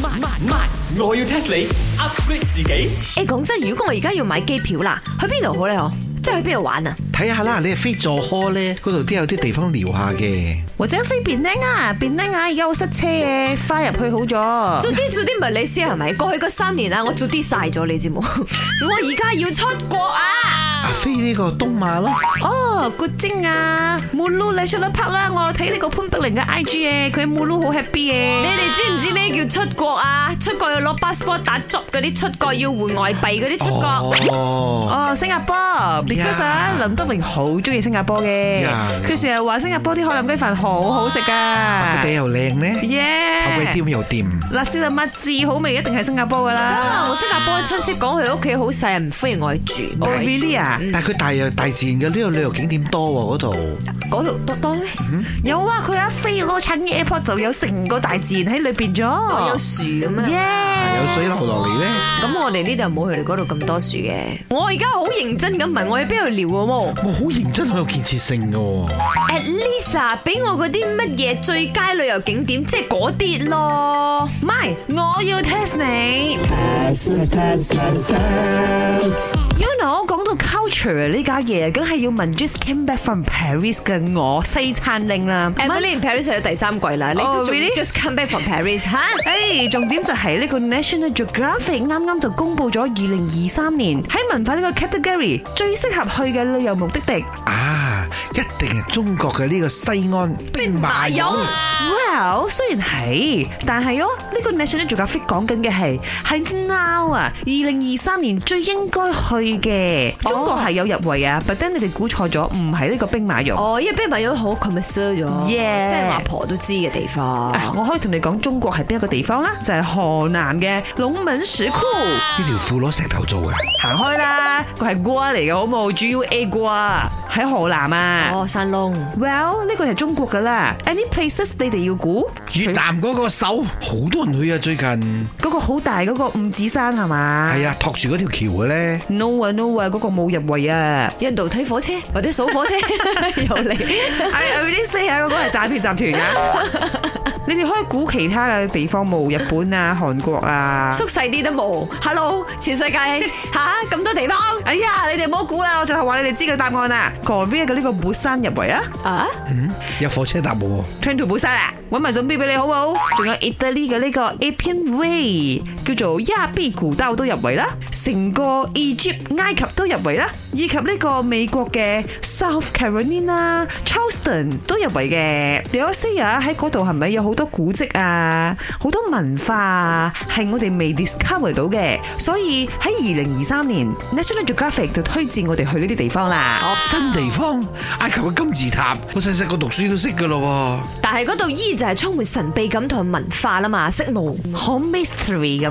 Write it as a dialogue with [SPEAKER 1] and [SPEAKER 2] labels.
[SPEAKER 1] 慢慢，我要 test 你 upgrade 自己。
[SPEAKER 2] 誒，講真，如果我而家要買機票啦，去邊度好咧？嗬，即係去邊度玩啊？
[SPEAKER 3] 睇下啦，你係飛坐呵咧，嗰度都有啲地方聊下嘅。
[SPEAKER 4] 或者飛便拎啊，便拎啊，而家好塞車嘅，翻入去好咗。
[SPEAKER 2] 做啲做啲唔係你先係咪？過去嗰三年啊，我做啲晒咗你知冇？ 我而家要出國啊！
[SPEAKER 3] 啊，飛呢個東馬咯，
[SPEAKER 4] 哦，古精啊，木嚕你出咗 part 啦，我睇呢個潘碧玲嘅 IG 嘅，佢木嚕好
[SPEAKER 2] 你
[SPEAKER 4] happy 嘅。
[SPEAKER 2] 哋知唔知咩叫出國啊？出國要攞 passport 打 job 嗰啲，出國要換外幣嗰啲，出國。
[SPEAKER 3] 哦，
[SPEAKER 4] 哦，新加坡，because 啊，林德榮好中意新加坡嘅
[SPEAKER 3] Yeah，
[SPEAKER 4] 佢成日話新加坡啲海南雞飯好好食
[SPEAKER 3] 啊個
[SPEAKER 4] 噶
[SPEAKER 3] 地。又靚咧，
[SPEAKER 4] 耶！
[SPEAKER 3] 臭鬼店又掂。
[SPEAKER 4] 辣椒粒乜至好味，一定係新加坡噶啦。
[SPEAKER 2] 啊！我新加坡親戚講佢屋企好細，唔歡迎我去住。
[SPEAKER 4] 哦，really 啊？
[SPEAKER 3] 但係佢大又大自然嘅呢個旅遊景點多喎，嗰度
[SPEAKER 2] 嗰度多多咩？
[SPEAKER 4] 有啊，佢一飛嗰個 Changi Airport 就有成個大自然喺裏邊咗。
[SPEAKER 2] 我有樹咁啊！
[SPEAKER 4] 耶！
[SPEAKER 3] 有水流落嚟咧。
[SPEAKER 2] 咁我哋呢度冇佢哋嗰度咁多樹嘅。我而家好認真咁問我喺邊度聊好冇
[SPEAKER 3] 我好認真，好有建設性嘅喎。
[SPEAKER 2] ？At least 啊俾我嗰啲乜嘢最佳旅遊景點，即係嗰啲咯。
[SPEAKER 4] 唔係，我要 test 你。因為我講到 culture 呢家嘢，梗係要問 Just Came Back from Paris 嘅我西餐令啦。
[SPEAKER 2] Emily in Paris 係有第三季啦，你都
[SPEAKER 4] 哦
[SPEAKER 2] 仲
[SPEAKER 4] really？
[SPEAKER 2] just come back from Paris 吓？
[SPEAKER 4] 誒，重點就係呢個 National Geographic 啱啱就公布咗二零二三年喺文化呢個 category 最適合去嘅旅遊目的地。
[SPEAKER 3] 啊，一定係中國嘅呢個西安兵馬
[SPEAKER 2] 有
[SPEAKER 3] 俑。
[SPEAKER 4] Well，雖然係，但係哦，呢個 National Geographic 講緊嘅係係 now 啊，二零二三年最應該去嘅。中國係有入圍啊，but then 你哋估錯咗，唔係呢個兵馬俑。
[SPEAKER 2] 哦，因為兵馬俑好 commercial 咗
[SPEAKER 4] Yeah
[SPEAKER 2] 即係我阿婆都知嘅地 方。
[SPEAKER 4] 啊我可以同你講中國係邊一個地方啦，就係、河南嘅龍門石窟。
[SPEAKER 3] 呢條褲攞石頭做嘅，
[SPEAKER 4] 行開啦，佢係瓜嚟嘅好冇，G U A 瓜喺河南啊。
[SPEAKER 2] 哦，山窿。
[SPEAKER 4] à. Well，呢個係中國噶啦。Any places 你哋要估？
[SPEAKER 3] 越南嗰個首好多人去啊！最近
[SPEAKER 4] 嗰、個好大嗰個五指山係嘛？
[SPEAKER 3] 係啊，托住嗰條橋嘅咧，
[SPEAKER 4] No 啊 no à, 啊，嗰個冇入圍啊。
[SPEAKER 2] 印度推火車或者數 火車又嚟，
[SPEAKER 4] I I really say 啊，嗰個係詐騙集團噶。你哋可以估其他嘅地方冇，日本啊、韓國啊。
[SPEAKER 2] 縮細啲都冇。Hello，全世界吓咁多地方
[SPEAKER 4] 哎呀，你哋唔好估啦，我就係話你哋知個答案啦。Korea 嘅呢個釜山入圍啊
[SPEAKER 2] 啊！
[SPEAKER 3] 有火車搭喎。
[SPEAKER 4] ，Train to 釜山啊，揾埋準備俾你好冇？仲有 Italy 嘅呢個 Appian Way 叫做亞庇古道都入圍啦，成個 Egypt 埃及都入圍啦，以及呢個美國嘅 South Carolina Charleston 都入圍嘅。有一些啊喺嗰度係咪有好多古蹟啊，好多文化啊，係我哋未 discover 到嘅，所以喺二零二三年 National Geographic 就推薦我哋去呢啲地方啦。
[SPEAKER 3] 新地方，埃及嘅金字塔，我細細個讀書都識噶咯
[SPEAKER 2] 但係嗰度依然就係充滿神秘感同埋文化啦嘛，色冇。
[SPEAKER 4] 好 mystery 咁